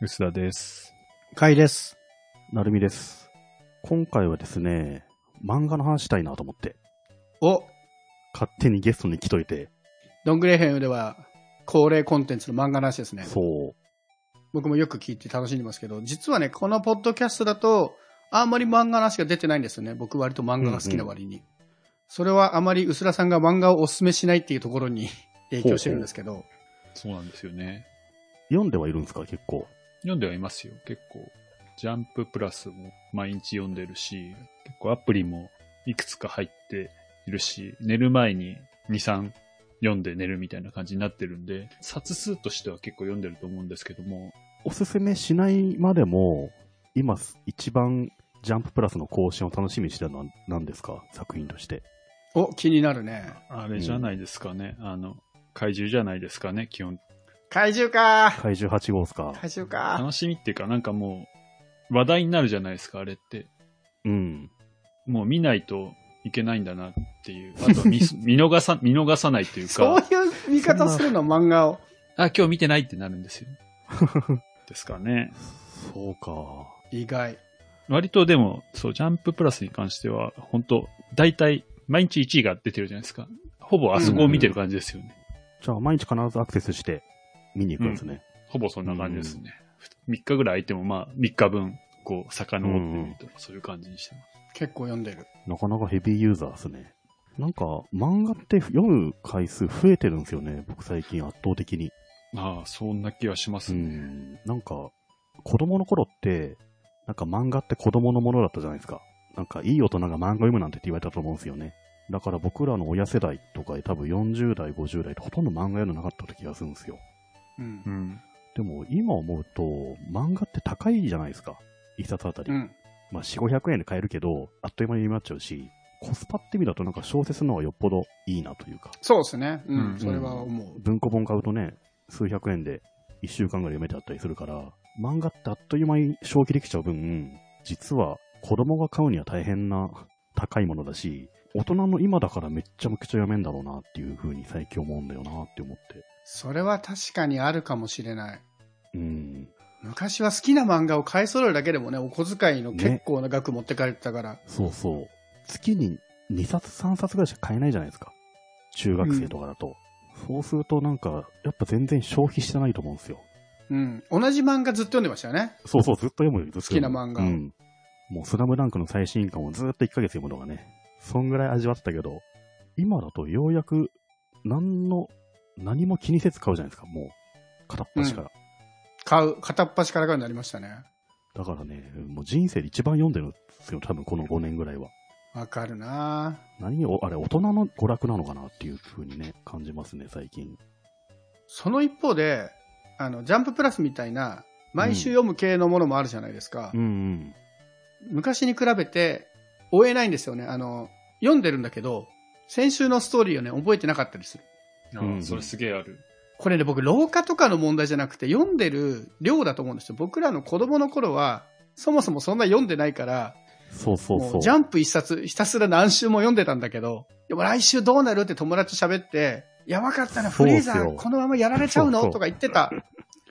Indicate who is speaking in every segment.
Speaker 1: 薄田です。
Speaker 2: かいです。
Speaker 3: なるみです。今回はですね、漫画の話したいなと思って、
Speaker 2: お、
Speaker 3: 勝手にゲストに来といて、
Speaker 2: ドングレーヘムでは恒例コンテンツの漫画の話ですね。
Speaker 3: そう、
Speaker 2: 僕もよく聞いて楽しんでますけど、実はね、このポッドキャストだと、あんまり漫画の話が出てないんですよね。僕割と漫画が好きな割に。それはあまり薄田さんが漫画をおすすめしないっていうところに 影響してるんですけど、
Speaker 1: そうなんですよね。
Speaker 3: 読んではいるんですか、結構。
Speaker 1: 読んではいますよ、結構。ジャンププラスも毎日読んでるし、結構アプリもいくつか入っているし、寝る前に2、3読んで寝るみたいな感じになってるんで、冊数としては結構読んでると思うんですけども、
Speaker 3: おすすめしないまでも、今、一番ジャンププラスの更新を楽しみにしてたのは何ですか、作品として。
Speaker 2: お、気になるね。
Speaker 1: あれじゃないですかね、あの、怪獣じゃないですかね、基本。
Speaker 2: 怪獣か
Speaker 3: 怪獣8号っすか。
Speaker 2: 怪獣か
Speaker 1: 楽しみっていうか、なんかもう、話題になるじゃないですか、あれって。
Speaker 3: うん。
Speaker 1: もう見ないといけないんだなっていう。あと見す、見逃さ、見逃さないというか。
Speaker 2: そういう見方するの、漫画を。
Speaker 1: あ、今日見てないってなるんですよ。ですかね。
Speaker 3: そうか。
Speaker 2: 意外。
Speaker 1: 割とでも、そう、ジャンププラスに関しては、本当大体、毎日1位が出てるじゃないですか。ほぼあそこを見てる感じですよね。
Speaker 3: じゃあ、毎日必ずアクセスして、見に行くんですね。
Speaker 1: ほぼそんな感じですね。3日ぐらい空いても、まあ、3日分、こう、遡ってみると、そういう感じにしてます。
Speaker 2: 結構読んでる。
Speaker 3: なかなかヘビーユーザーですね。なんか、漫画って読む回数増えてるんですよね、僕最近圧倒的に。
Speaker 1: ああ、そんな気がします
Speaker 3: う
Speaker 1: ね。
Speaker 3: んなんか、子供の頃って、なんか漫画って子供のものだったじゃないですか。なんかいい大人が漫画読むなんてって言われたと思うんですよね。だから僕らの親世代とかで多分40代、50代ってほとんど漫画読んでなかった気がするんですよ。
Speaker 2: うん
Speaker 1: う。ん。
Speaker 3: でも今思うと、漫画って高いじゃないですか。一冊あたり。
Speaker 2: うん。
Speaker 3: まあ4、500円で買えるけど、あっという間に読み終わっちゃうし、コスパって意味だとなんか小説の方がよっぽどいいなというか。
Speaker 2: そうですね。う
Speaker 1: うん
Speaker 2: ん。それは思う。
Speaker 3: 文庫本買うとね、数百円で一週間ぐらい読めてあったりするから、漫画ってあっという間に消費できちゃう分、実は子供が買うには大変な高いものだし、大人の今だからめっちゃめちゃ読めんだろうなっていう風に最近思うんだよなって思って。
Speaker 2: それは確かにあるかもしれない。
Speaker 3: うん。
Speaker 2: 昔は好きな漫画を買い揃えるだけでもね、お小遣いの結構な額持ってかれてたから、
Speaker 3: そうそう。月に2冊3冊ぐらいしか買えないじゃないですか。中学生とかだと。そうするとなんか、やっぱ全然消費してないと思うんですよ。
Speaker 2: うん。同じ漫画ずっと読んでましたよね。
Speaker 3: そうそう、ずっと読むよ、ずっと読む
Speaker 2: 好きな漫画
Speaker 3: うん。もう、スラムダンクの最新刊をずっと1ヶ月読むのがね、そんぐらい味わってたけど、今だとようやく、何の、何も気にせず買うじゃないですか、もう、片っ端から。
Speaker 2: 買う、片っ端から買うようになりましたね。
Speaker 3: だからね、もう人生で一番読んでるんですよ、多分この5年ぐらいは。
Speaker 2: わかるなぁ
Speaker 3: 何を、あれ、大人の娯楽なのかなっていう風にね、感じますね、最近。
Speaker 2: その一方で、あの、ジャンププラスみたいな、毎週読む系のものもあるじゃないですか。
Speaker 3: うんうん。
Speaker 2: 昔に比べて、追えないんですよね。あの、読んでるんだけど、先週のストーリーをね、覚えてなかったりする。
Speaker 1: あ
Speaker 3: う
Speaker 1: あ、
Speaker 3: ん
Speaker 1: それすげえある。
Speaker 2: これね、僕、老化とかの問題じゃなくて、読んでる量だと思うんですよ。僕らの子供の頃は、そもそもそんな読んでないから、
Speaker 3: そうそう
Speaker 2: も
Speaker 3: そうう。
Speaker 2: ジャンプ一冊ひたすら何週も読んでたんだけど、でも来週どうなるって友達と喋って、やばかったな、
Speaker 3: そ
Speaker 2: フ
Speaker 3: うっすよ
Speaker 2: リーザーこのままやられちゃうの
Speaker 3: そうそう
Speaker 2: とか言ってた。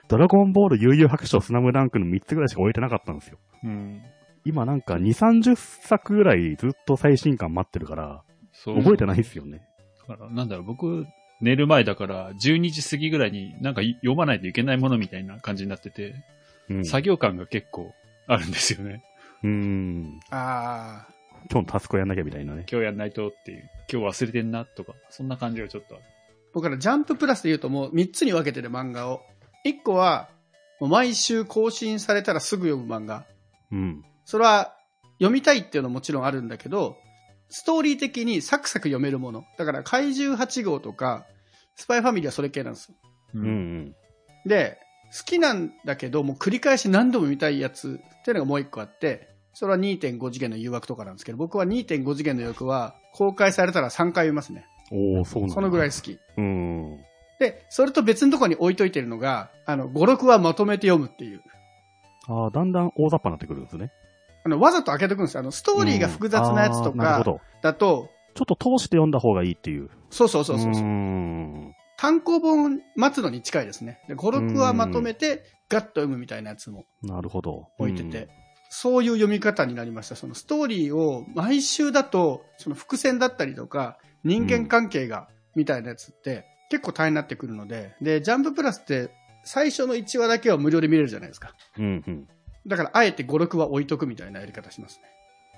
Speaker 3: ドラゴンボール悠々白書、スラムダンクの3つぐらいしか置いてなかったんですよ。
Speaker 1: うん。
Speaker 3: 今なんか2、30作ぐらいずっと最新刊待ってるから、
Speaker 1: そう
Speaker 3: 覚えてないですよね。
Speaker 1: だから、なんだろう、僕、寝る前だから、12時過ぎぐらいになんかい読まないといけないものみたいな感じになってて、
Speaker 3: うん。
Speaker 1: 作業感が結構あるんですよね。
Speaker 3: うん。
Speaker 2: ああ、
Speaker 3: 今日のタスクをやんなきゃみたいなね。
Speaker 1: 今日やんないとっていう、今日忘れてんなとか、そんな感じがちょっとある。
Speaker 2: 僕らジャンププラスで言うともう3つに分けてる漫画を。1個は、もう毎週更新されたらすぐ読む漫画。
Speaker 3: うん。
Speaker 2: それは読みたいっていうのはもちろんあるんだけど、ストーリー的にサクサク読めるもの。だから怪獣8号とか、スパイファミリーはそれ系なんですよ
Speaker 1: う
Speaker 3: うん。うん。
Speaker 2: で、好きなんだけど、もう繰り返し何度も見たいやつっていうのがもう一個あって、それは2.5次元の誘惑とかなんですけど、僕は2.5次元の誘惑は公開されたら3回見ますね。
Speaker 3: おー、そうなんだ。
Speaker 2: そのぐら
Speaker 3: い。
Speaker 2: い好き。
Speaker 3: うん。
Speaker 2: で、それと別のとこに置いといてるのが、あの、5、6はまとめて読むっていう。
Speaker 3: ああ、だんだん大雑把になってくるんですね。
Speaker 2: あの、わざと開けとくんですよ。あの、スト
Speaker 3: ス
Speaker 2: ーリーが複雑なやつと
Speaker 3: なるほ
Speaker 2: か
Speaker 3: ど。
Speaker 2: だと、
Speaker 3: ちょっと通して読んだ方がいいっていう。
Speaker 2: そうそうそうそう。
Speaker 3: ーん。
Speaker 2: 単行本待つのに近いですね。で5、6話まとめて、ガッと読むみたいなやつも
Speaker 3: なるほど。
Speaker 2: 置いてて、そういう読み方になりました。そのストーリーを毎週だと、その伏線だったりとか、人間関係が、みたいなやつって、結構大変になってくるので、で、ジャンププラスって、最初の1話だけは無料で見れるじゃないですか。
Speaker 3: うん、うん、うん。
Speaker 2: だから、あえて5、6話置いとくみたいなやり方しますね。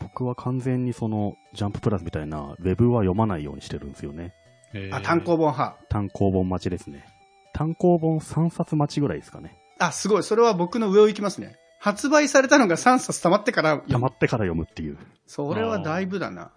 Speaker 3: 僕は完全にその、ジャンププラスみたいな、ウェブは読まないようにしてるんですよね。
Speaker 1: えー
Speaker 2: あ、単行本派。
Speaker 3: 単行本待ちですね。単行本3冊待ちぐらいですかね。
Speaker 2: あ、すごい。それは僕の上を行きますね。発売されたのが3冊溜まってから読
Speaker 3: 溜ま
Speaker 2: む。
Speaker 3: ってから読むっていう。
Speaker 2: それはだいぶだな。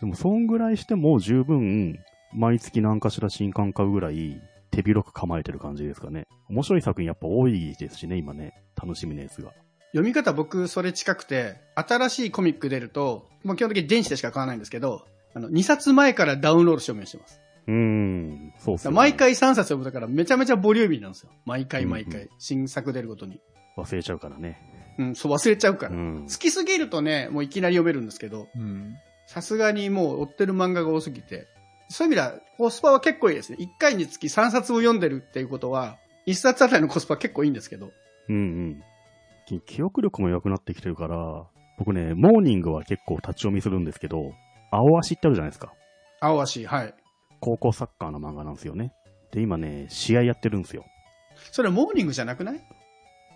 Speaker 3: でも、そんぐらいしても十分、毎月何かしら新刊買うぐらい、手広く構えてる感じですかね。面白い作品やっぱ多いですしね、今ね。楽しみなやつが。
Speaker 2: 読み方僕それ近くて、新しいコミック出ると、もう基本的に電子でしか買わないんですけど、あの、2冊前からダウンロードして読みをしてます。
Speaker 3: うーん、そうっ
Speaker 2: だ
Speaker 3: す
Speaker 2: か
Speaker 3: よ
Speaker 2: ら
Speaker 3: ね
Speaker 2: 毎回3冊読むだからめちゃめちゃボリューミーなんですよ。毎回毎
Speaker 3: うんう
Speaker 2: 回。新作出るごとに。
Speaker 3: 忘れちゃうからね。
Speaker 2: うん、そう忘れちゃうか
Speaker 3: う
Speaker 2: ら。
Speaker 3: ん
Speaker 2: 好。きすぎるとね、もういきなり読めるんですけど、
Speaker 1: うん。
Speaker 2: さすがにもう追ってる漫画が多すぎて、そういう意味ではコスパは結構いいですね。1回につき3冊を読んでるっていうことは、1冊あたりのコスパ結構いいんですけど、
Speaker 3: うんうん。き記憶力も良くなってきてるから、僕ね、モーニングは結構立ち読みするんですけど、青足ってあるじゃないですか。
Speaker 2: 青足、はい。
Speaker 3: 高校サッカーの漫画なんですよね。で、今ね、試合やってるんですよ。
Speaker 2: それモーニングじゃなくない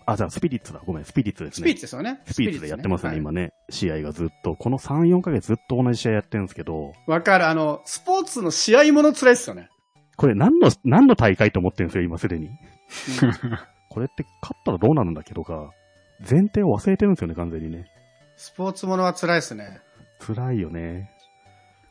Speaker 3: あ、じゃあスピリッツだ。ごめん、スピリッツです
Speaker 2: スピ
Speaker 3: ね。
Speaker 2: ーチですよね。
Speaker 3: スピリッツでやってますよ
Speaker 2: は
Speaker 3: ね、
Speaker 2: い
Speaker 3: 今ね。試合がずっと。この3、4ヶ月ずっと同じ試合やってるんですけど、
Speaker 2: わかる。あの、スポーツの試合もの辛いですよ ね。
Speaker 3: これ何の、何の大会と思ってるんですよ、今すでに。
Speaker 2: うん
Speaker 3: これって勝ったらどうなるんだっけとか、前提を忘れてるんですよね、完全にね。
Speaker 2: スポーツものは辛いですね。
Speaker 3: 辛いよね。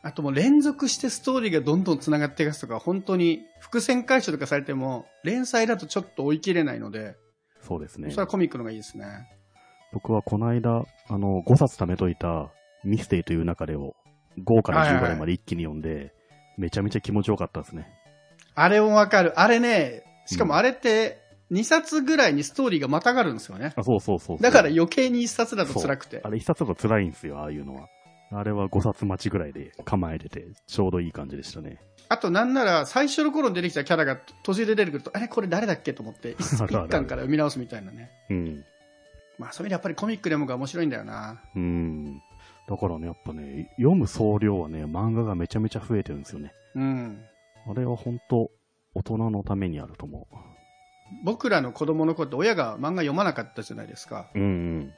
Speaker 2: あともう連続してストーリーがどんどん繋がっていくやつとか、本当に伏線回収とかされても、連載だとちょっと追い切れないので、
Speaker 3: そうですね。
Speaker 2: それはコミックの方がいいですね。
Speaker 3: 僕はこの間、あの、5冊貯めといたミステイという中でを5から10ぐらいまで一気に読んで、めちゃめちゃ気持ちよかったですね。
Speaker 2: あれもわかる。あれね、しかもあれって、2冊ぐらいにストーリーがまたがるんですよね。
Speaker 3: あ、そうそうそうそう
Speaker 2: だから余計に1冊だと辛くて
Speaker 3: あ。れ一冊だと辛いんですよ、ああいうのは。あれは5冊待ちぐらいで構えてて、ちょうどいい感じでしたね。
Speaker 2: あとなんなら、最初の頃に出てきたキャラが途中で出てくると、あれこれ誰だっけと思って、
Speaker 3: あるある
Speaker 2: 1巻から読み直すみたいなね。
Speaker 3: うん。
Speaker 2: まあそういう意味でやっぱりコミックでもが面白いんだよな。
Speaker 3: うん。だからね、やっぱね、読む総量はね、漫画がめちゃめちゃ増えてるんですよね。
Speaker 2: うん。
Speaker 3: あれは本当大人のためにあると思
Speaker 2: 僕らの子供の頃って親が漫画読まなかったじゃないですか。
Speaker 3: う。うん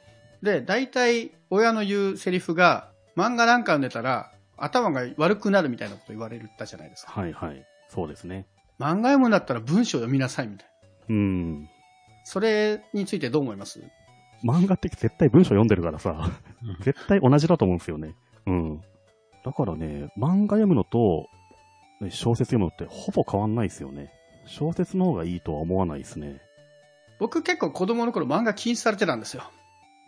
Speaker 2: で、大体親の言うセリフが、漫画なんか読んでたら頭が悪くなるみたいなこと言われたじゃないですか。
Speaker 3: はいはい。そうですね。
Speaker 2: 漫画読むんだったら文章読みなさいみたいな。
Speaker 3: うん。
Speaker 2: それについてどう思います
Speaker 3: 漫画って絶対文章読んでるからさ、 絶対同じだと思うんですよね。うん。だからね、漫画読むのと、ね小説読むのってほぼ変わんないですよね。小説の方がいいとは思わないですね。
Speaker 2: 僕結構子供の頃漫画禁止されてたんですよ。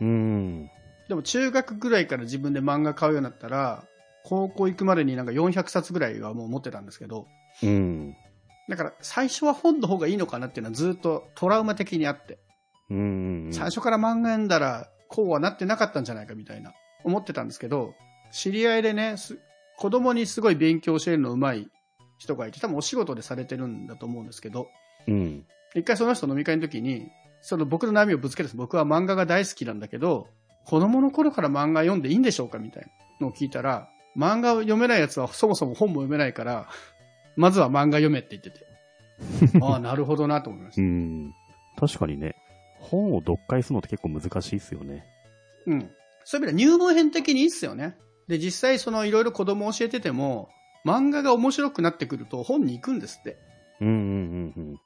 Speaker 3: うーん。
Speaker 2: でも中学ぐらいから自分で漫画買うようになったら、高校行くまでになんか400冊ぐらいはもう持ってたんですけど、
Speaker 3: うん。
Speaker 2: だから最初は本の方がいいのかなっていうのはずっとトラウマ的にあって、
Speaker 3: うん。
Speaker 2: 最初から漫画読んだらこうはなってなかったんじゃないかみたいな思ってたんですけど、知り合いでね、す子供にすごい勉強教えるのうまい人がいて、多分お仕事でされてるんだと思うんですけど、
Speaker 3: うん。
Speaker 2: 一回その人飲み会の時に、その僕の悩みをぶつけて、僕は漫画が大好きなんだけど、子供の頃から漫画読んでいいんでしょうかみたいなのを聞いたら、漫画を読めないやつはそもそも本も読めないから、まずは漫画読めって言ってて。 ああ、なるほどなと思いまし
Speaker 3: う
Speaker 2: た。
Speaker 3: ん。確かにね、本を読解するのって結構難しいですよね。
Speaker 2: うん。そういう意味では入門編的にいいっすよね。で、実際そのいろいろ子供を教えてても、漫画が面白くなってくると本に行くんですって。
Speaker 3: うんうんうんうん。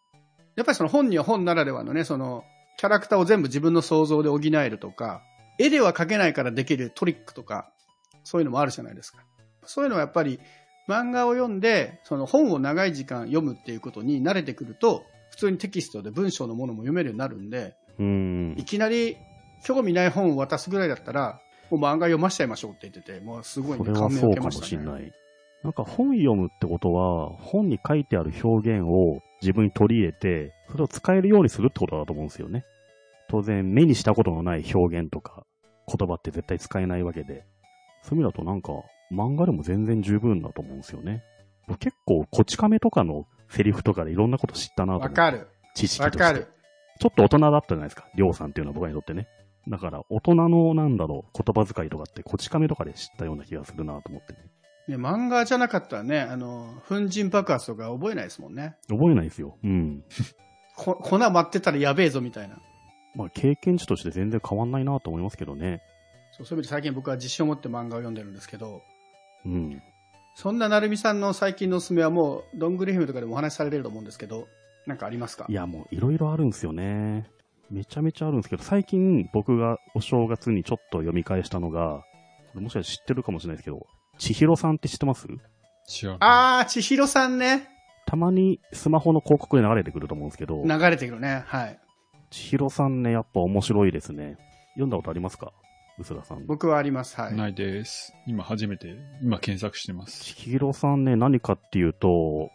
Speaker 2: やっぱりその本には本ならではのね、そのキャラクターを全部自分の想像で補えるとか、絵では描けないからできるトリックとか、そういうのもあるじゃないですか。そういうのはやっぱり漫画を読んで、その本を長い時間読むっていうことに慣れてくると、普通にテキストで文章のものも読めるようになるんで、
Speaker 3: うん
Speaker 2: い。きなり興味ない本を渡すぐらいだったら、もう漫画読ましちゃいましょうって言ってて、もうすごい
Speaker 3: そ
Speaker 2: ね、
Speaker 3: れは
Speaker 2: 感銘
Speaker 3: そ
Speaker 2: を
Speaker 3: う
Speaker 2: 受け
Speaker 3: か
Speaker 2: ま
Speaker 3: も
Speaker 2: した
Speaker 3: しん
Speaker 2: ね。
Speaker 3: ない。なんか本読むってことは、本に書いてある表現を自分に取り入れて、それを使えるようにするってことだと思うんですよね。当然、目にしたことのない表現とか、言葉って絶対使えないわけで。そういう意味だとなんか、漫画でも全然十分だと思うんですよね。僕結構、こち亀とかのセリフとかでいろんなこと知ったなと思
Speaker 2: わ
Speaker 3: って。
Speaker 2: かる。
Speaker 3: 知識と
Speaker 2: わ
Speaker 3: して。
Speaker 2: かる。
Speaker 3: ちょっと大人だったじゃないですか。りょうさんっていうのは僕らにとってね。だから、大人の、なんだろう、言葉遣いとかって、こち亀とかで知ったような気がするなと思ってね。
Speaker 2: ね、漫画じゃなかったらね、あの、粉塵爆発とか覚えないですもんね。
Speaker 3: 覚えないですよ。うん。
Speaker 2: こ粉舞ってたらやべえぞみたいな。
Speaker 3: まあ、経験値として全然変わんないなと思いますけどね。
Speaker 2: そうそういう意味で最近僕は自信を持って漫画を読んでるんですけど、
Speaker 3: うん。
Speaker 2: そんな成美さんの最近のおすすめはもう、どんぐり姫とかでもお話しされてると思うんですけど、なんかありますか
Speaker 3: いや、もう、いろいろあるんですよね。めちゃめちゃあるんですけど、最近、僕がお正月にちょっと読み返したのが、これもしかして知ってるかもしれないですけど、千尋さんって知ってます
Speaker 1: 知らない。
Speaker 2: あー、千尋さんね。
Speaker 3: たまにスマホの広告で流れてくると思うんですけど、
Speaker 2: 流れてくるね。はい。
Speaker 3: 千尋さんね、やっぱ面白いですね。読んだことありますかうすらさん。
Speaker 2: 僕はあります。はい。
Speaker 1: ないです。今初めて、今検索してます。
Speaker 3: 千尋さんね、何かっていうと、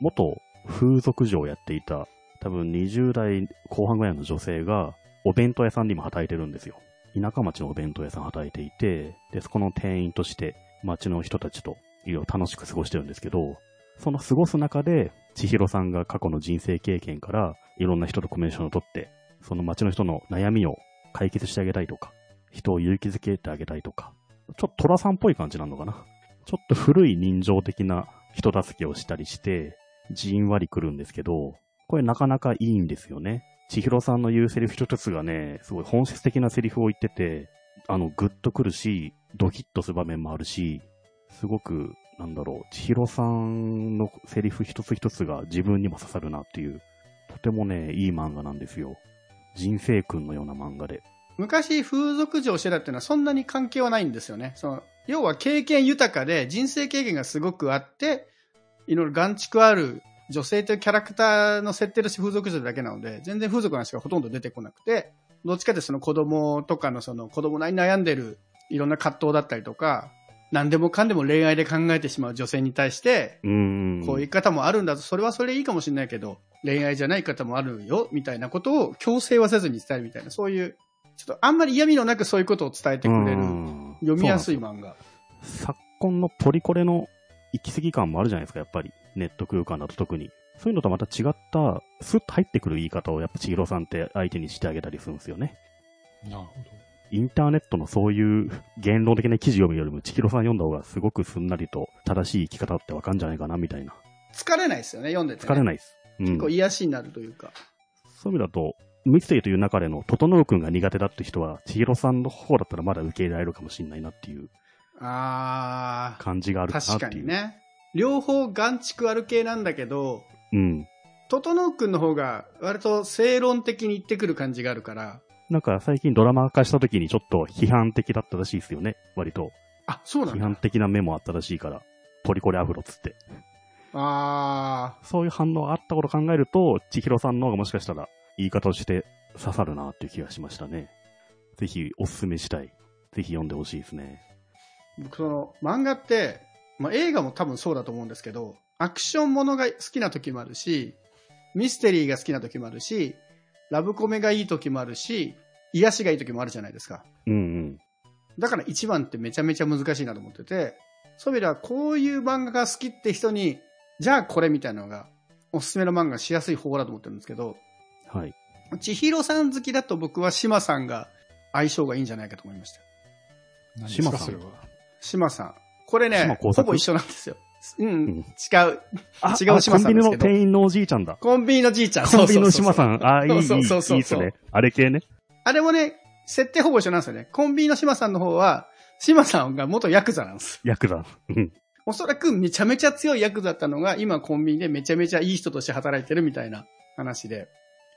Speaker 3: 元風俗嬢をやっていた、多分20代後半ぐらいの女性が、お弁当屋さんで今働いてるんですよ。田舎町のお弁当屋さん働いていて、で、そこの店員として、町の人たちと、いろいろ楽しく過ごしてるんですけど、その過ごす中で、千尋さんが過去の人生経験から、いろんな人とコミュニケーションを取って、その町の人の悩みを解決してあげたいとか、人を勇気づけてあげたいとか、ちょっと虎さんっぽい感じなのかな。ちょっと古い人情的な人助けをしたりして、じんわり来るんですけど、これなかなかいいんですよね。千尋さんの言うセリフ一つがね、すごい本質的なセリフを言ってて、あの、グッとくるし、ドキッとする場面もあるし、すごく、なんだろう、千尋さんのセリフ一つ一つが自分にも刺さるなっていう、とてもね、いい漫画なんですよ。人生君のような漫画で。
Speaker 2: 昔、風俗嬢をしてたっていうのはそんなに関係はないんですよね。その要は経験豊かで人生経験がすごくあって、いろいろ眼蓄ある女性というキャラクターの設定として風俗嬢だけなので、全然風俗の話がほとんど出てこなくて、どっちかってその子供とかのその子供なりに悩んでるいろんな葛藤だったりとか、何でもかんでも恋愛で考えてしまう女性に対して、
Speaker 3: うーん。
Speaker 2: こういう言い方もあるんだと、それはそれいいかもしれないけど、恋愛じゃない言い方もあるよ、みたいなことを強制はせずに伝えるみたいな、そういう、ちょっとあんまり嫌味のなくそういうことを伝えてくれ
Speaker 3: う
Speaker 2: る、
Speaker 3: ん
Speaker 2: 読みやすい
Speaker 3: そうなんで
Speaker 2: 漫画。
Speaker 3: すよ昨今のポリコレの行き過ぎ感もあるじゃないですか、やっぱり。ネット空間だと特に。そういうのとまた違った、スッと入ってくる言い方をやっぱ千尋さんって相手にしてあげたりするんですよね。
Speaker 1: なるほ
Speaker 3: インターネットのそういう言論的な記事読むよりも千尋さん読んだ方がすごくすんなりと正しい生き方ってわかるんじゃないかなみたいな。
Speaker 2: 疲れないですよね、読んでて、
Speaker 3: 疲れ
Speaker 2: ね。
Speaker 3: ないです。うん、
Speaker 2: 結構癒しになるというか。
Speaker 3: そういう意味だと、三井という中での整うくんが苦手だって人は、千尋さんの方だったらまだ受け入れられるかもしれないなっていう
Speaker 2: あ
Speaker 3: 感じがあ
Speaker 2: ー、
Speaker 3: るかなっ
Speaker 2: 確
Speaker 3: て
Speaker 2: か
Speaker 3: いう。
Speaker 2: にね。両方眼蓄ある系なんだけど、
Speaker 3: うん。
Speaker 2: 整君の方が割と正論的に言ってくる感じがあるから、
Speaker 3: なんか最近ドラマ化した時にちょっと批判的だったらしいですよね。割と。
Speaker 2: あ、そうなん
Speaker 3: 批
Speaker 2: だ。
Speaker 3: 判的な目もあったらしいから。ポリコレアフロっつって。
Speaker 2: あ
Speaker 3: そういう反応があったことを考えると、千尋さんの方がもしかしたら言い方をして刺さるなっていう気がしましたね。ぜひおすすめしたい。ぜひ読んでほしいですね。
Speaker 2: ー、僕その漫画って、まあ、映画も多分そうだと思うんですけど、アクションものが好きな時もあるし、ミステリーが好きな時もあるし、ラブコメがいい時もあるし、癒しがいい時もあるじゃないですか。
Speaker 3: うんうん。
Speaker 2: だから一番ってめちゃめちゃ難しいなと思ってて、そういう意味ではこういう漫画が好きって人に、じゃあこれみたいなのが、おすすめの漫画しやすい方法だと思ってるんですけど、
Speaker 3: はい。
Speaker 2: 千尋さん好きだと僕は島さんが相性がいいんじゃないかと思いました。
Speaker 1: ど。
Speaker 3: 島
Speaker 1: 何ですか
Speaker 3: さん
Speaker 1: それは。
Speaker 2: 島さん。これね
Speaker 3: 島、耕
Speaker 2: ほ
Speaker 3: 作
Speaker 2: ぼ一緒なんですよ。うん、
Speaker 3: ん
Speaker 2: 違う。
Speaker 3: あ
Speaker 2: 違う島さんですけど
Speaker 3: あコンビニの店員のおじいちゃんだ。
Speaker 2: コンビニのじいちゃん。
Speaker 3: コンビニ
Speaker 2: そうそ
Speaker 3: の
Speaker 2: うそう
Speaker 3: 島さん。あ、いい、いい、いい
Speaker 2: そうそうそうそう
Speaker 3: っすね。あれ系ね。
Speaker 2: あれもね、設定ほぼ一緒なんですよね。コンビニの島さんの方は、島さんが元ヤクザなんです。
Speaker 3: ヤクザ。うん。
Speaker 2: おそらくめちゃめちゃ強いヤクザだったのが、今コンビニでめちゃめちゃいい人として働いてるみたいな話で。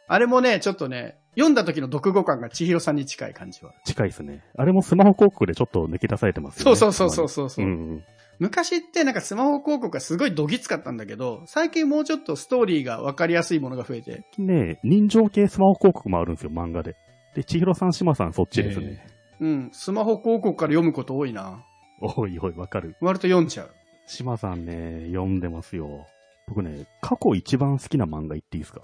Speaker 2: あれもね、ちょっとね、読んだ時の読語感が千尋さんに近い感じは。
Speaker 3: 近いですね。あれもスマホ広告でちょっと抜け出されてますよ
Speaker 2: そ
Speaker 3: ね。
Speaker 2: うそうそうそうそうそうう。
Speaker 3: んうん。
Speaker 2: 昔ってなんかスマホ広告がすごいどぎつかったんだけど、最近もうちょっとストーリーがわかりやすいものが増えて、
Speaker 3: ね、人情系スマホ広告もあるんですよ、漫画で。で、千尋さん、島さん、そっちですね。
Speaker 2: うん、スマホ広告から読むこと多いな。
Speaker 3: おいおい、わかる。
Speaker 2: 割と読んじゃう。
Speaker 3: 島さんね、読んでますよ。僕ね、過去一番好きな漫画言っていいですか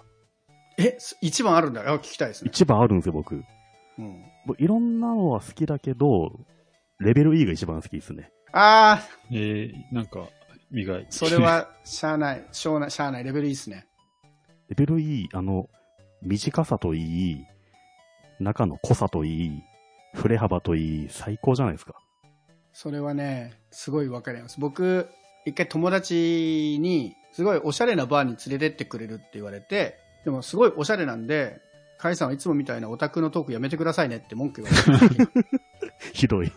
Speaker 2: え、す一番あるんだ。あ、聞きたいですね。
Speaker 3: 一番あるんですよ、僕。
Speaker 2: うん、
Speaker 3: 僕いろんなのは好きだけど、レベル E が一番好きですね。
Speaker 2: あ
Speaker 1: えー、なんか、磨いて。
Speaker 2: それ は、しゃあない、しょうなしゃあない、レベルいいっすね。
Speaker 3: レベルいい、あの、短さといい、中の濃さといい、振れ幅といい、最高じゃないですか。
Speaker 2: それはね、すごいわかります。僕、一回友達に、すごいおしゃれなバーに連れてってくれるって言われて、でもすごいおしゃれなんで、カイさんはいつもみたいなオタクのトークやめてくださいねって文句言われて。
Speaker 3: ひどい。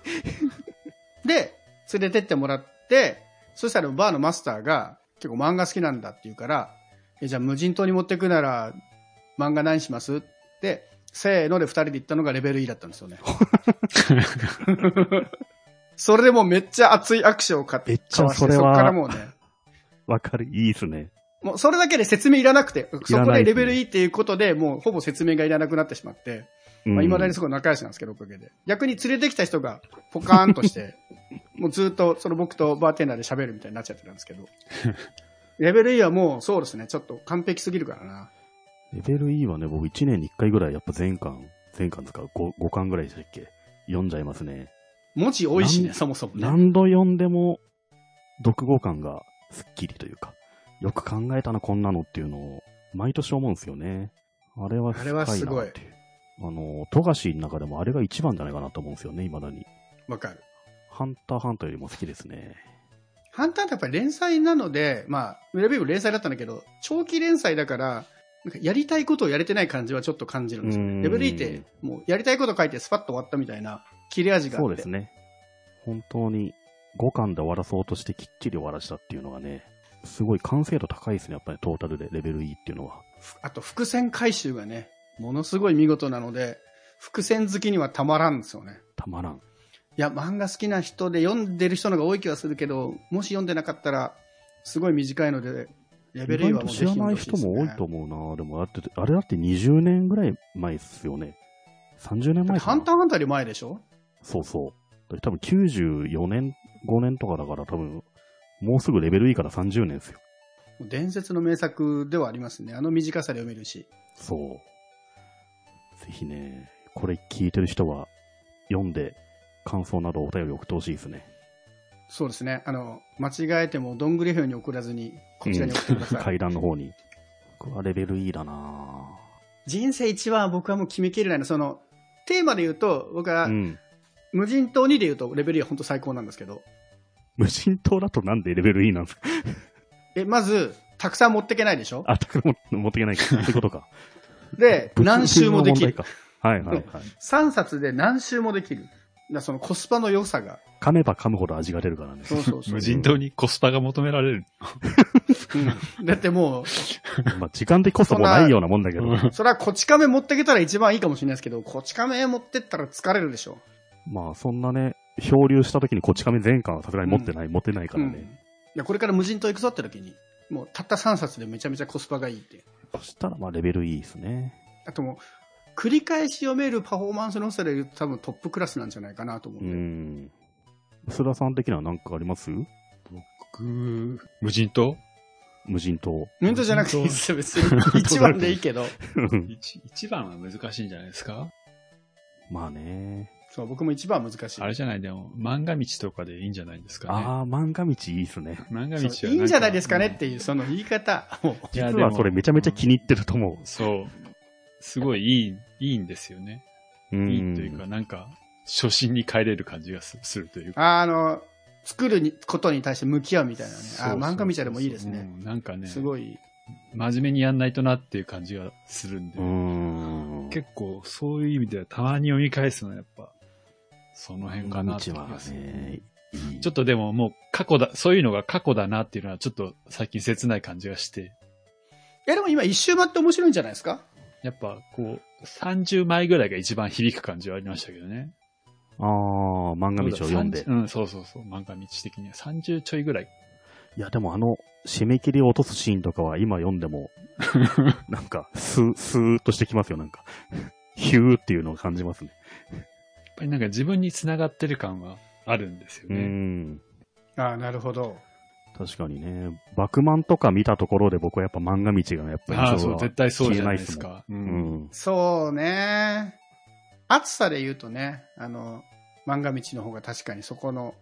Speaker 2: で、連れてってもらって、そしたらバーのマスターが結構漫画好きなんだって言うから、えじゃあ無人島に持ってくなら漫画何しますって、せーので二人で行ったのがレベル E だったんですよ ね。それでもうめっちゃ熱い握手を買って、
Speaker 3: めっちゃ
Speaker 2: 交わして
Speaker 3: それは
Speaker 2: っからもうね、
Speaker 3: わかる。いいですね。
Speaker 2: もうそれだけで説明いらなくて、そこ
Speaker 3: ない
Speaker 2: で
Speaker 3: で
Speaker 2: レ
Speaker 3: すね
Speaker 2: ベル E っていうことでもうほぼ説明がいらなくなってしまって、
Speaker 3: うん
Speaker 2: まあ、未だにすごい仲良しなんですけど、おかげで。逆に連れてきた人がポカーンと して、もうずっとその僕とバーテンダーで喋るみたいになっちゃってたんです けど。レベル E はもうそうですね、ちょっと完璧すぎるからな。
Speaker 3: レベル E はね、僕1年に1回ぐらいやっぱ全巻、全巻使う。5, 5巻ぐらいでしたっけ読んじゃいますね。
Speaker 2: 文字多いし
Speaker 3: な
Speaker 2: ね、
Speaker 3: ん
Speaker 2: そもそもね。
Speaker 3: 何度読んでも、読後感がスッキリというか、よく考えたな、こんなのっていうのを、毎年思うんですよね。あれは深いなっていう。
Speaker 2: あれはす
Speaker 3: あの、富樫の中でもあれが一番じゃないかなと思うんですよね、未だに。
Speaker 2: わかる。
Speaker 3: ハンターハンターよりも好きですね。
Speaker 2: ハンターってやっぱり連載なので、まあ、レベル E も連載だったんだけど、長期連載だから、なんかやりたいことをやれてない感じはちょっと感じるんですよ
Speaker 3: う
Speaker 2: ね。
Speaker 3: ん
Speaker 2: レベル E って、もうやりたいこと書いてスパッと終わったみたいな切れ味があって。
Speaker 3: そうですね。本当に、5巻で終わらそうとしてきっちり終わらしたっていうのがね、すごい完成度高いですね、やっぱりトータルで、レベル E っていうのは。
Speaker 2: あと伏線回収がね、ものすごい見事なので、伏線好きにはたまらんですよね。
Speaker 3: たまらん。
Speaker 2: いや、漫画好きな人で読んでる人の方が多い気はするけど、もし読んでなかったら、すごい短いので、レベルに
Speaker 3: 意
Speaker 2: は
Speaker 3: 外と
Speaker 2: もう
Speaker 3: 知
Speaker 2: ぜひ
Speaker 3: ら
Speaker 2: 読ん
Speaker 3: な
Speaker 2: で
Speaker 3: い
Speaker 2: ほしい
Speaker 3: 人
Speaker 2: ですね
Speaker 3: も多いと思うなでもだって、あれだって20年ぐらい前っすよね。30年
Speaker 2: だっ
Speaker 3: 前
Speaker 2: て
Speaker 3: か
Speaker 2: ハ
Speaker 3: な
Speaker 2: ンターハンターより前でしょ
Speaker 3: そうそう。だから多分94年、5年とかだから多分、もうすぐレベル E から30年ですよ。
Speaker 2: もう伝説の名作ではありますね。あの短さで読めるし。
Speaker 3: そう。ぜひね、これ聞いてる人は、読んで、感想などお便り送ってほしいですね。
Speaker 2: そうですね。あの、間違えても、どんぐり風に送らずに、こちらに送ってください。
Speaker 3: 階段の方に。僕はレベル E だな
Speaker 2: 人生一番は僕はもう決めきれないの。その、テーマで言うと、僕は、
Speaker 3: うん。
Speaker 2: 無人島にで言うと、レベルは本当最高なんですけど、
Speaker 3: 無人島だとなんでレベル E なんですか
Speaker 2: え、まず、たくさん持ってけないでしょ
Speaker 3: あ、たくも持っていけな いから。ってことか。
Speaker 2: で、何周もできる
Speaker 3: 物。流の問題か。はいはいはい。
Speaker 2: 3冊で何周もできる。だからそのコスパの良さが。
Speaker 3: 噛めば噛むほど味が出る からね。
Speaker 2: そうそう そう
Speaker 1: 無。人島にコスパが求められる。
Speaker 2: うんだってもう、
Speaker 3: まあ時間でこそもうないようなもんだけど。
Speaker 2: それはこち亀持ってけたら一番いいかもしれないですけど、こち亀持ってったら疲れるでしょ。
Speaker 3: まあそんなね、漂流した時にこっち亀全巻はさすがに持ってない、持てないから
Speaker 2: うんい
Speaker 3: ね。
Speaker 2: やこれから無人島行くぞって時に、もうたった3冊でめちゃめちゃコスパがいいって。
Speaker 3: そしたらまあレベル E ですね。
Speaker 2: あともう、繰り返し読めるパフォーマンスの良さで言うと多分トップクラスなんじゃないかなと思う
Speaker 3: うん
Speaker 2: で。
Speaker 3: ん。須田さん的には何かあります
Speaker 1: 僕、無人島
Speaker 3: 無人島。
Speaker 2: 無人島じゃなくていいですよ、別に。一番でいいけど。
Speaker 1: 一一番は難しいんじゃないですか
Speaker 3: まあね。
Speaker 2: そう、僕も一番は難しい
Speaker 1: あ。れじゃない、でも、漫画道とかでいいんじゃないですか
Speaker 3: ああ、漫画道いいっすね。
Speaker 1: ね。漫画道は
Speaker 2: そういいんじゃないですかねっ
Speaker 1: うん
Speaker 2: ていう、その言い方。もう
Speaker 1: いや
Speaker 3: 実はそれめちゃめちゃ気に入ってると思
Speaker 1: そう。すごいいい、いいんですよね。
Speaker 3: う。うん
Speaker 1: いいというか、なんか、初心に帰れる感じがすするというか。
Speaker 2: あの、作るにことに対して向き合うみたいなね。あ
Speaker 1: そうそうそう
Speaker 2: 漫画みたいでもいいですね。
Speaker 1: うんなんかね、
Speaker 2: すごい。
Speaker 1: 真面目にやんないとなっていう感じがするんで
Speaker 3: う。ん。
Speaker 1: 結構、そういう意味ではたまに読み返すのはやっぱ、その辺かなって
Speaker 3: 道
Speaker 1: 気
Speaker 3: は
Speaker 1: がする
Speaker 3: ね、いい
Speaker 1: ちょっとでももう過去だ、そういうのが過去だなっていうのはちょっと最近切ない感じがして、
Speaker 2: いや、でも今一周回って面白いんじゃないですか
Speaker 1: やっぱこう、30枚ぐらいが一番響く感じはありましたけどね。
Speaker 3: ああ、漫画道を読んで
Speaker 1: 30。うん、そうそうそう。漫画道的には30ちょいぐらい。
Speaker 3: いや、でもあの、締め切りを落とすシーンとかは今読んで も、なんか、スー、スーっとしてきますよ、なんか。ヒューっていうのを感じますね。
Speaker 1: やっぱりなんか自分に繋がってる感はあるんですよ
Speaker 3: う
Speaker 1: ね。
Speaker 3: ん。
Speaker 2: ああ、なるほど。
Speaker 3: 確かにね、バクマンとか見たところで僕はやっぱ漫画道がやっぱり
Speaker 1: ああ、
Speaker 3: 印象
Speaker 1: そう、
Speaker 3: が
Speaker 1: 絶対そうじゃないですか。う
Speaker 3: うんん。
Speaker 2: そうね。暑さで言うとね、あの、漫画道の方が確かにそこの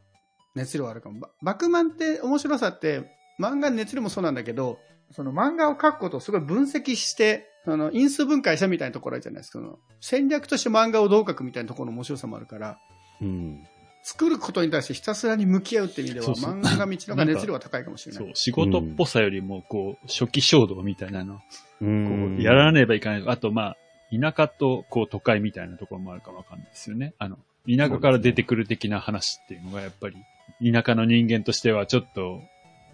Speaker 2: 熱量あるかも。ババクマンって面白さって、漫画の熱量もそうなんだけど、その漫画を書くことをすごい分析して、その因数分解したみたいなところあるじゃないですか。その戦略として漫画をどう書くみたいなところの面白さもあるから、
Speaker 3: うん。
Speaker 2: 作ることに対してひたすらに向き合うって意味では、
Speaker 1: そうそう
Speaker 2: 漫画が道の方が熱量が高いかもしれな
Speaker 1: そう
Speaker 2: い。、
Speaker 1: 仕事っぽさよりも、こう、初期衝動みたいなの、こ
Speaker 3: う
Speaker 1: う、
Speaker 3: ん。
Speaker 1: やらねばいかない。あと、まあ、田舎と、こう、都会みたいなところもあるかわかんないですよね。あの、田舎から出てくる的な話っていうのが、やっぱり、田舎の人間としてはちょっと、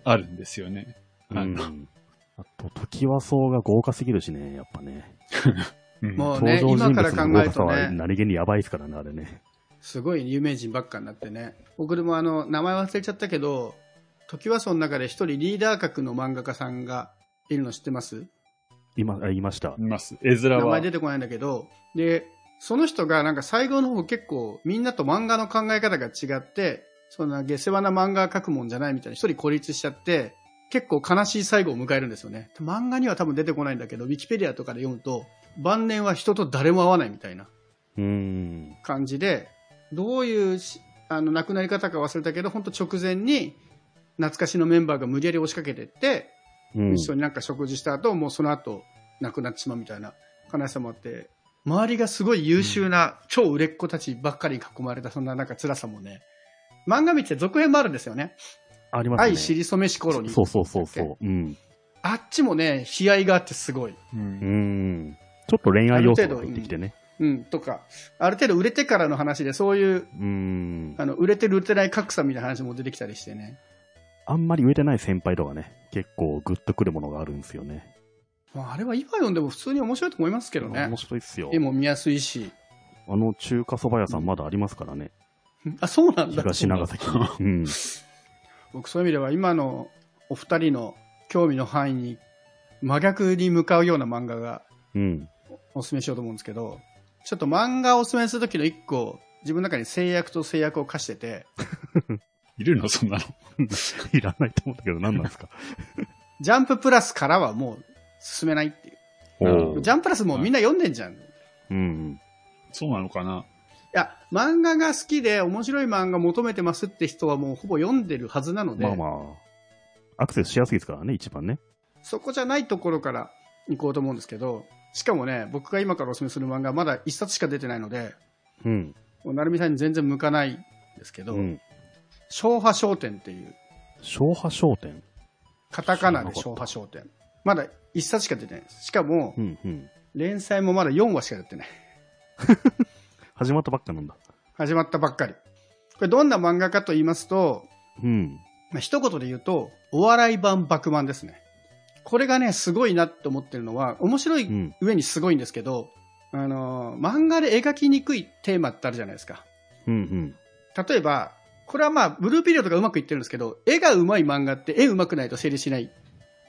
Speaker 1: あるんですよね。
Speaker 3: う
Speaker 1: あの
Speaker 3: ん。あと、時はそうが豪華すぎるしね、やっぱね。
Speaker 1: うん
Speaker 2: もう
Speaker 3: 登
Speaker 2: ね、
Speaker 3: 場人
Speaker 2: 今から
Speaker 3: 物
Speaker 2: 考え
Speaker 3: の豪
Speaker 2: る
Speaker 3: 華さ
Speaker 2: と
Speaker 3: は
Speaker 2: ね、
Speaker 3: 何気にやばいですからね、あれね。
Speaker 2: すごい有名人ばっかになってね。僕でもあの、名前忘れちゃったけど、時はその中で一人リーダー格の漫画家さんがいるの知ってます
Speaker 3: 今、あ言いました
Speaker 1: い。ます。絵面
Speaker 2: 名
Speaker 1: は
Speaker 2: 前出、てこないんだけど、で、その人がなんか最後の方結構みんなと漫画の考え方が違って、そんな下世話な漫画描くもんじゃないみたいな一人孤立しちゃって、結構悲しい最後を迎えるんですよね。漫画には多分出てこないんだけど、ウィキペディアとかで読むと、晩年は人と誰も会わないみたいな
Speaker 3: うん。
Speaker 2: 感じで、どういうしあの亡くなり方か忘れたけど、本当直前に懐かしのメンバーが無理やり押しかけてって、
Speaker 3: うん
Speaker 2: 一緒になんか食事した後、もうその後、亡くなってしまうみたいな悲しさもあって、周りがすごい優秀な、超売れっ子たちばっかりに囲まれた、そんななんか辛さもね。漫画道って続編もあるんですよね。
Speaker 3: ありますね。
Speaker 2: 愛知りそめし頃に。
Speaker 3: そうそうそうそう。うん。
Speaker 2: あっちもね、悲哀があってすごい。
Speaker 1: う
Speaker 3: うんん。ちょっと恋愛要素が入ってきてね。
Speaker 2: うん、とか、ある程度売れてからの話で、そういう、
Speaker 3: うん。
Speaker 2: あの、売れてる売れてない格差みたいな話も出てきたりしてね。
Speaker 3: あんまり売れてない先輩とかね、結構グッとくるものがあるんですよね。
Speaker 2: まあ、あれは今読んでも普通に面白いと思いますけどね
Speaker 3: 面。白いっすよ
Speaker 2: 絵。も見やすいし。
Speaker 3: あの中華そば屋さんまだありますからね。
Speaker 2: あ、そうなんだ。
Speaker 3: 東長崎に。うん。
Speaker 2: 僕そういう意味では今のお二人の興味の範囲に真逆に向かうような漫画が
Speaker 3: うん。
Speaker 2: おすすめしようと思うんですけどちょっと漫画をおすすめするときの一個自分の中に制約と制約を課してて
Speaker 1: いるのそんなの。
Speaker 3: いらないと思ったけど何なんですか。
Speaker 2: ジャンププラスからはもう進め ないっていう
Speaker 3: お
Speaker 1: うん
Speaker 2: ジャンププラスもうみんな読んでんじゃんい
Speaker 3: うん。
Speaker 1: そうなのかな
Speaker 2: や漫画が好きで面白い漫画求めてますって人はもうほぼ読んでるはずなので、
Speaker 3: まあまあ。アクセスしやすいですからね、一番ね。
Speaker 2: そこじゃないところから行こうと思うんですけどしかもね僕が今からおすすめする漫画はまだ一冊しか出てないので
Speaker 3: うん。
Speaker 2: もう成美さんに全然向かないんですけ
Speaker 3: う
Speaker 2: ど、
Speaker 3: ん。
Speaker 2: 昭和商店っていう、
Speaker 3: 昭和商店。
Speaker 2: カタカナで
Speaker 3: 知
Speaker 2: 昭
Speaker 3: らなか
Speaker 2: 和
Speaker 3: った
Speaker 2: 商店。まだ一冊しか出てないです。しかも
Speaker 3: う、んうん。
Speaker 2: 連載もまだ4話しか出てない。
Speaker 3: 始まったばっかなんだ。
Speaker 2: 始まったばっかり。これどんな漫画かと言いますと、
Speaker 3: うん。
Speaker 2: まあ、一言で言うと、お笑い版爆漫ですね。これがね、すごいなと思ってるのは、面白
Speaker 3: う
Speaker 2: い
Speaker 3: ん。
Speaker 2: 上にすごいんですけど、あのー漫画で描きにくいテーマってあるじゃないですか。
Speaker 3: うんうん。
Speaker 2: 例えば、これはまあ、ブルーピリオドがうまくいってるんですけど、絵がうまい漫画って絵うまくないと成立しない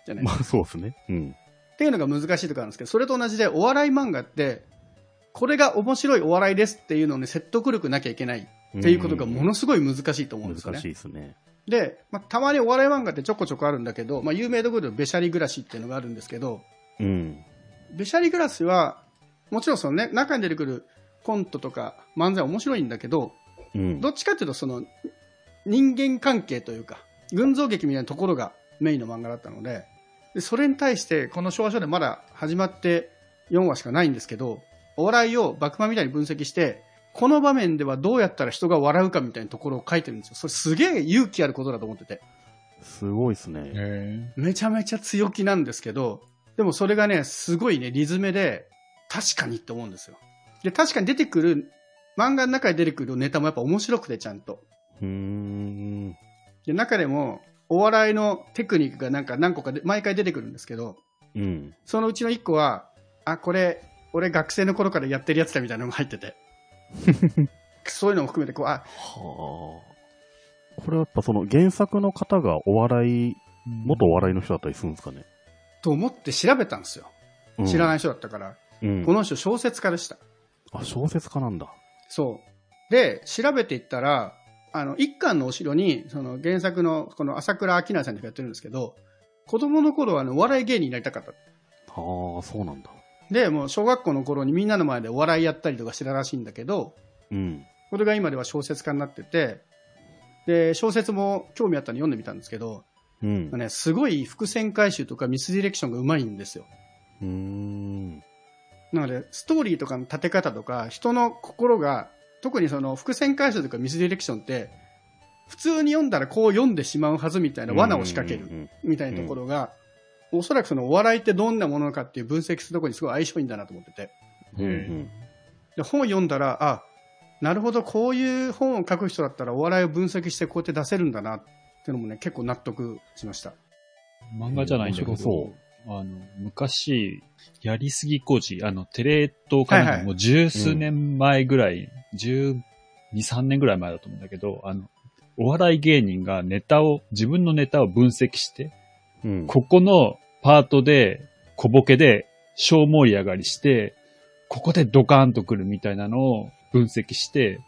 Speaker 2: じゃないですか
Speaker 3: まあそうですね。うん。
Speaker 2: っていうのが難しいところなんですけど、それと同じでお笑い漫画って、これが面白いお笑いですっていうのに説得力なきゃいけないっていうことがものすごい難しいと思うんですよ
Speaker 3: 難
Speaker 2: ね
Speaker 3: しい。ですね。
Speaker 2: で、まあ、たまにお笑い漫画ってちょこちょこあるんだけど、まあ、有名どころでベシャリ暮らしっていうのがあるんですけど、
Speaker 3: うん。
Speaker 2: ベシャリ暮らしは、もちろんそのね、中に出てくるコントとか漫才は面白いんだけど、
Speaker 3: うん。
Speaker 2: どっちかっていうとその人間関係というか、群像劇みたいなところがメインの漫画だったので、でそれに対してこの昭和少年まだ始まって4話しかないんですけど、お笑いを爆漫みたいに分析して、この場面ではどうやったら人が笑うかみたいなところを書いてるんですよ。それすげえ勇気あることだと思ってて。
Speaker 3: すごいですね。
Speaker 1: へ
Speaker 2: めちゃめちゃ強気なんですけど、でもそれがね、すごいね、リズムで、確かにって思うんですよ。で、確かに出てくる、漫画の中に出てくるネタもやっぱ面白くてちゃんと。
Speaker 3: うーん。
Speaker 2: で中でもお笑いのテクニックがなんか何個かで毎回出てくるんですけど
Speaker 3: うん。
Speaker 2: そのうちの1個はあこれ俺学生の頃からやってるやつだみたいなのが入って てそういうのも含めてこうあ
Speaker 3: はあ。これはやっぱその原作の方がお笑い、元お笑いの人だったりするんですかね。
Speaker 2: と思って調べたんですよ
Speaker 3: うん、
Speaker 2: 知ら
Speaker 3: ない。
Speaker 2: ない人だったから、
Speaker 3: うん
Speaker 2: こ。の人小説家でした
Speaker 3: あ、小説家なんだ。
Speaker 2: そうで調べていったらあの一巻のお城にその原作のこの朝倉明成さんって人やってるんですけど子供の頃はあのお笑い芸人になりたかった
Speaker 3: はあ、そうなんだ。
Speaker 2: でもう小学校の頃にみんなの前でお笑いやったりとかしてたらしいんだけど
Speaker 3: うん。
Speaker 2: これが今では小説家になってて、で、小説も興味あったんで読んでみたんですけど、
Speaker 3: うん。
Speaker 2: ね、すごい伏線回収とかミスディレクションがうまいんですよ。
Speaker 3: うーん。
Speaker 2: なので、ストーリーとかの立て方とか、人の心が、特にその伏線回収とかミスディレクションって、普通に読んだらこう読んでしまうはずみたいな罠を仕掛け
Speaker 3: うんう
Speaker 2: る
Speaker 3: んうん
Speaker 2: みたいなところが、おそらくそのお笑いってどんなものかっていう分析するところにすごい相性いいんだなと思ってて。
Speaker 3: うんうん
Speaker 2: で本読んだら、あ、なるほど、こういう本を書く人だったらお笑いを分析してこうやって出せるんだなっていうのもね、結構納得しました。
Speaker 1: 漫画じゃないんだけど、
Speaker 3: 面白
Speaker 1: あの、昔、やりすぎ工事、あの、テレ東かなんか
Speaker 2: はいはい
Speaker 1: もう十数年前ぐらい、十二、三年ぐらい前だと思うんだけど、あの、お笑い芸人がネタを、自分のネタを分析して、
Speaker 3: うん。
Speaker 1: ここのパートで、小ボケで、小盛り上がりして、ここでドカーンとくるみたいなのを分析して、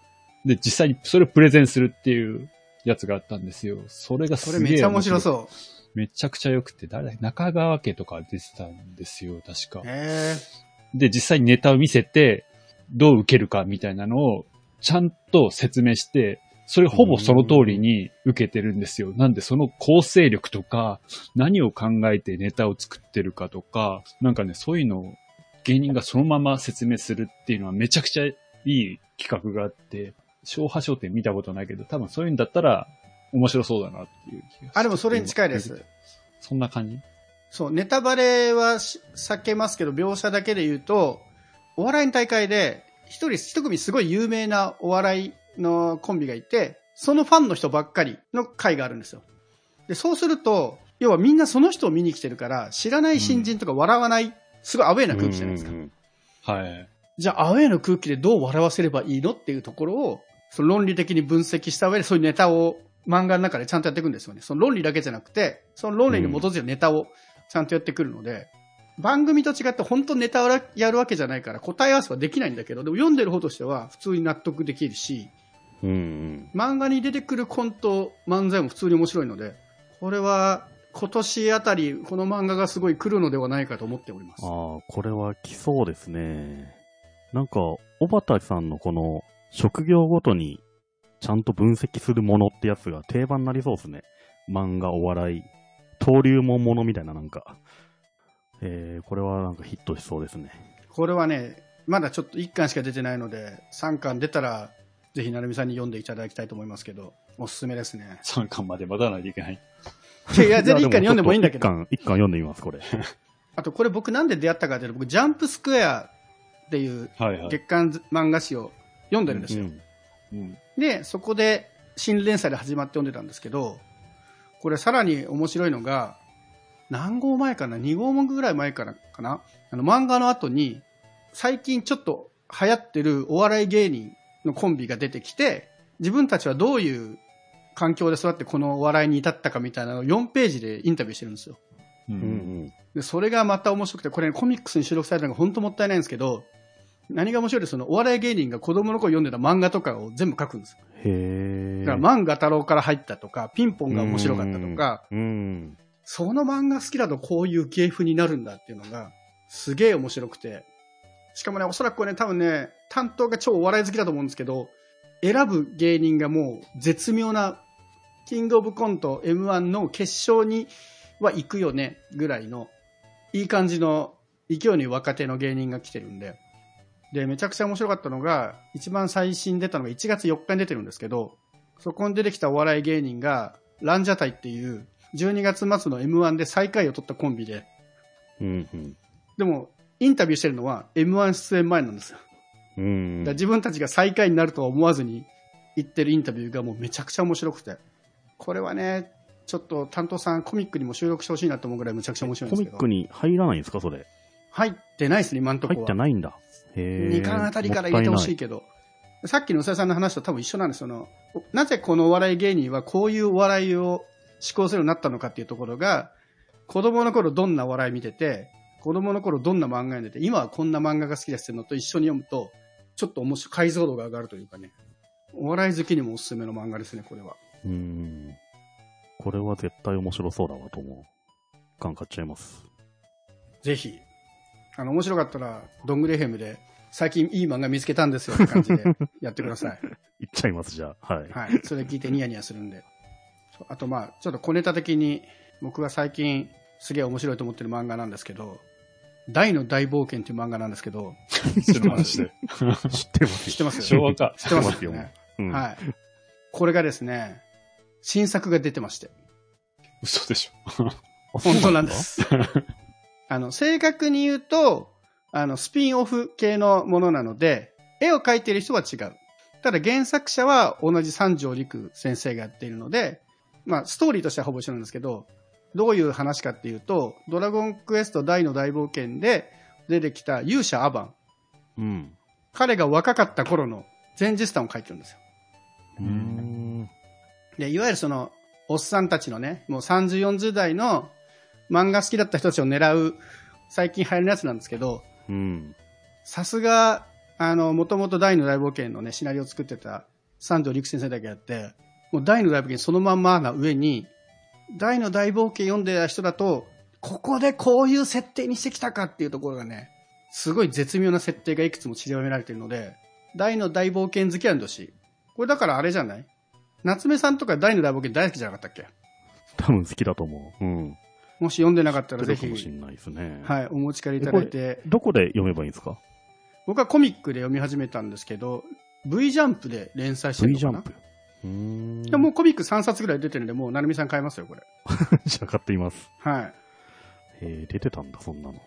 Speaker 1: で、実際にそれをプレゼンするっていうやつがあったんですよ。それがす
Speaker 2: そ
Speaker 1: げえ
Speaker 2: れめっちゃ面白
Speaker 1: う。
Speaker 2: そ
Speaker 1: めちゃくちゃ良くて、誰、中川家とか出てたんですよ、確か
Speaker 2: う。。へ
Speaker 1: で、実際にネタを見せて、どう受けるかみたいなのを、ちゃんと説明して、それほぼその通りに受けてるんですよ。なんでその構成力とか、何を考えてネタを作ってるかとか、なんかね、そういうのを芸人がそのまま説明するっていうのはめちゃくちゃいい企画があって、昭和商店見たことないけど、多分そういうんだったら面白そうだなっていう気がして
Speaker 2: あ、でもそれに近いです。。
Speaker 1: そんな感じ
Speaker 2: そう、ネタバレはし避けますけど、描写だけで言うと、お笑いの大会で、一人、一組すごい有名なお笑いのコンビがいて、そのファンの人ばっかりの会があるんですよ。で、そうすると、要はみんなその人を見に来てるから、知らない新人とか笑わない、すごいアウェーな空気じゃないですか。
Speaker 3: うんうんうん
Speaker 1: はい。。
Speaker 2: じゃあ、アウェーの空気でどう笑わせればいいのっていうところを、その論理的に分析した上で、そういうネタを漫画の中でちゃんとやっていくんですよね。その論理だけじゃなくて、その論理に基づいてネタをちゃんとやってくるので、番組と違って本当ネタをやるわけじゃないから答え合わせはできないんだけど、でも読んでる方としては普通に納得できるし、
Speaker 3: うん
Speaker 2: 漫画に出てくるコント、漫才も普通に面白いので、これは今年あたりこの漫画がすごい来るのではないかと思っております。
Speaker 3: ああ、これは来そうですね。なんか、小畑さんのこの、職業ごとに、ちゃんと分析するものってやつが定番になりそうですね。漫画、お笑い、登竜門ものみたいななんか。えー、これはなんかヒットしそうですね。
Speaker 2: これはね、まだちょっと1巻しか出てないので、3巻出たら、ぜひ、なるみさんに読んでいただきたいと思いますけど、おすすめですね
Speaker 1: 3巻まで待たないといけない。
Speaker 2: いや、全然1巻読んでもいいんだけ
Speaker 3: 一
Speaker 2: ど、
Speaker 3: 巻、一巻読んでみます、これ。
Speaker 2: あとこれ僕なんで出会ったかというと、僕、ジャンプスクエアっていう
Speaker 1: はいはい。
Speaker 2: 月刊漫画誌を読んでるんですよ。
Speaker 3: うん
Speaker 1: うん
Speaker 2: で、そこで新連載で始まって読んでたんですけど、これさらに面白いのが、何号前かな ?2 号目ぐらい前からかなあの漫画の後に、最近ちょっと流行ってるお笑い芸人のコンビが出てきて、自分たちはどういう環境で育ってこのお笑いに至ったかみたいなのを4ページでインタビューしてるんですよ。
Speaker 1: う
Speaker 3: うんん
Speaker 2: で、それがまた面白くて、これ、コミックスに収録されたのが本当もったいないんですけど、何が面白いって、そのお笑い芸人が子供の頃読んでた漫画とかを全部書くんですよ
Speaker 3: うん。へえ。
Speaker 2: だから、漫画太郎から入ったとか、ピンポンが面白かったとか、
Speaker 3: うん。
Speaker 2: その漫画好きだとこういう芸風になるんだっていうのが、すげえ面白くて。しかもね、おそらくこれね、多分ね、担当が超お笑い好きだと思うんですけど、選ぶ芸人がもう絶妙な、キングオブコント M1 の決勝には行くよね、ぐらいの、いい感じの勢いのいい若手の芸人が来てるんで。で、めちゃくちゃ面白かったのが、一番最新出たのが1月4日に出てるんですけど、そこに出てきたお笑い芸人が、ランジャタイっていう、12月末の M1 で最下位を取ったコンビで、
Speaker 3: うんうん。
Speaker 2: でも、インタビューしてるのは M1 出演前なんですよ。だか
Speaker 3: うん。
Speaker 2: ら自分たちが最下位になるとは思わずに言ってるインタビューがもうめちゃくちゃ面白くて。これはね、ちょっと担当さんコミックにも収録してほしいなと思うぐらいめちゃくちゃ面白いん
Speaker 3: コ
Speaker 2: です
Speaker 3: ミ
Speaker 2: け
Speaker 3: ッ
Speaker 2: ど。
Speaker 3: クに入らないんですか、それ。
Speaker 2: 入ってないですね、今んとこ
Speaker 3: 入
Speaker 2: は。
Speaker 3: ってないんだ。へえ。
Speaker 2: 二巻あたりから入れてほしいけど、さっきのうささんの話と多分一緒なんですそのなぜこのお笑い芸人はこういうお笑いを志向するようになったのかっていうところが、子供の頃どんなお笑い見てて、子供の頃どんな漫画読んでて、今はこんな漫画が好きですっていうのと一緒に読むと、ちょっと面白い解像度が上がるというかね、お笑い好きにもおすすめの漫画ですね、これは。
Speaker 3: うーん。これは絶対面白そうだわと思う。感買っちゃいます。
Speaker 2: ぜひ、あの、面白かったら、どんぐり FM で最近いい漫画見つけたんですよって感じでやってください。
Speaker 3: 言っちゃいます、じゃあ。はい。
Speaker 2: はい。それ聞いてニヤニヤするんで。そうあとまあ、ちょっと小ネタ的に、僕が最近すげえ面白いと思ってる漫画なんですけど、大の大冒険っていう漫画なんですけど、
Speaker 1: ちょっと 待って。
Speaker 3: 知ってますよ。
Speaker 2: 知ってます
Speaker 1: 昭和か。
Speaker 2: 知ってます
Speaker 3: 知
Speaker 2: よ
Speaker 3: ってま
Speaker 2: ね。
Speaker 3: うん
Speaker 2: はい。これがですね、新作が出てまして。
Speaker 1: 嘘でしょ。
Speaker 3: あそう
Speaker 2: 本当なんで
Speaker 3: です
Speaker 2: す。あの、正確に言うと、あの、スピンオフ系のものなので、絵を描いてる人は違う。ただ原作者は同じ三条陸先生がやっているので、まあ、ストーリーとしてはほぼ一緒なんですけど、どういう話かっていうと、ドラゴンクエスト大の大冒険で出てきた勇者アバン。
Speaker 3: うん。
Speaker 2: 彼が若かった頃の前日譚を描いてるんですよ。
Speaker 3: うーん。
Speaker 2: で、いわゆるその、おっさんたちのね、もう30、40代の漫画好きだった人たちを狙う、最近流行るやつなんですけど、
Speaker 3: うん。
Speaker 2: さすが、あの、もともと大の大冒険のね、シナリオを作ってた三条陸先生だけやって、もう大の大冒険そのまんまな上に、大の大冒険読んでた人だと、ここでこういう設定にしてきたかっていうところがね、すごい絶妙な設定がいくつも散りばめられてるので、大の大冒険好きなんだし、これだからあれじゃない夏目さんとか大の大冒険大好きじゃなかったっけ
Speaker 3: 多分好きだと思う。うん。
Speaker 2: もし読んでなかったらぜ
Speaker 3: 出るかもしれ
Speaker 2: ひ、
Speaker 3: ないですね。
Speaker 2: はい、お持ち帰りいただいて、
Speaker 3: どこで読めばいいんですか
Speaker 2: 僕はコミックで読み始めたんですけど、V ジャンプで連載してる
Speaker 3: ?V
Speaker 2: の
Speaker 3: ジャ
Speaker 2: かな
Speaker 3: ンプ。うーん。
Speaker 2: でもうコミック3冊ぐらい出てるんで、もう、なるみさん買いますよ、これ。
Speaker 3: じゃあ買っています。
Speaker 2: はい。
Speaker 3: えー、出てたんだ、そんなの。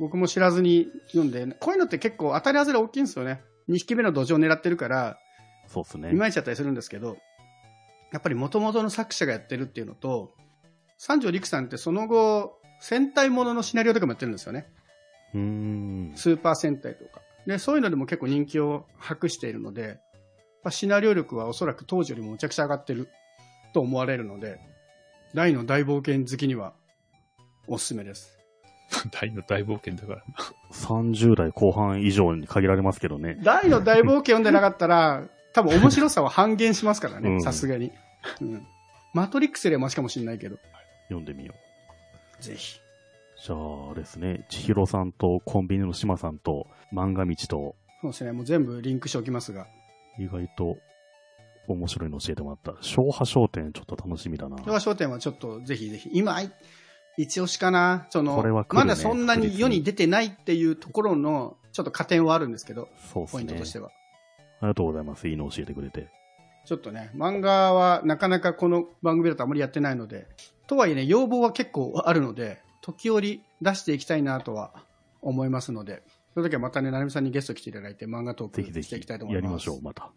Speaker 2: 僕も知らずに読んで、こういうのって結構当たり外れ大きいんですよね。2匹目の土壌を狙ってるから、
Speaker 3: そうっすね
Speaker 2: い。まいちだったりするんですけど、やっぱり元々の作者がやってるっていうのと、三条陸さんってその後、戦隊もののシナリオとかもやってるんですよね。
Speaker 3: うーん。
Speaker 2: スーパー戦隊とか。で、そういうのでも結構人気を博しているので、やっぱシナリオ力はおそらく当時よりもむちゃくちゃ上がってると思われるので、大の大冒険好きにはおすすめです。
Speaker 1: 大の大冒険だから。
Speaker 3: 30代後半以上に限られますけどね。
Speaker 2: 大の大冒険読んでなかったら、多分面白さは半減しますから
Speaker 3: う
Speaker 2: ね、
Speaker 3: ん
Speaker 2: さすがに。うん。マトリックスよりはマシかもしれないけど、
Speaker 3: 読んでみよう。
Speaker 2: ぜひ。
Speaker 3: じゃあですね、千尋さんとコンビニの島さんと漫画道と
Speaker 2: そうですね、もう全部リンクしておきますが。
Speaker 3: 意外と面白いの教えてもらった。昭和商店ちょっと楽しみだな。
Speaker 2: 昭和商店はちょっとぜひぜひ、今、い一押しかな、その、
Speaker 3: これは来るね
Speaker 2: まだそんな
Speaker 3: 確実
Speaker 2: に
Speaker 3: に
Speaker 2: 世に出てないっていうところの、ちょっと加点はあるんですけど、
Speaker 3: そうっす
Speaker 2: ポイント
Speaker 3: ね
Speaker 2: と。しては。
Speaker 3: ありがとうございます。いいの教えてくれて。
Speaker 2: ちょっとね、漫画はなかなかこの番組だとあまりやってないので、とはいえね、要望は結構あるので、時折出していきたいなとは思いますので、その時はまたね、成美さんにゲスト来ていただいて、漫画トー
Speaker 3: ぜひ
Speaker 2: ク
Speaker 3: ぜ
Speaker 2: してい
Speaker 3: ひ
Speaker 2: きたいと思
Speaker 3: や
Speaker 2: い
Speaker 3: り
Speaker 2: ま。
Speaker 3: ますしょう、また。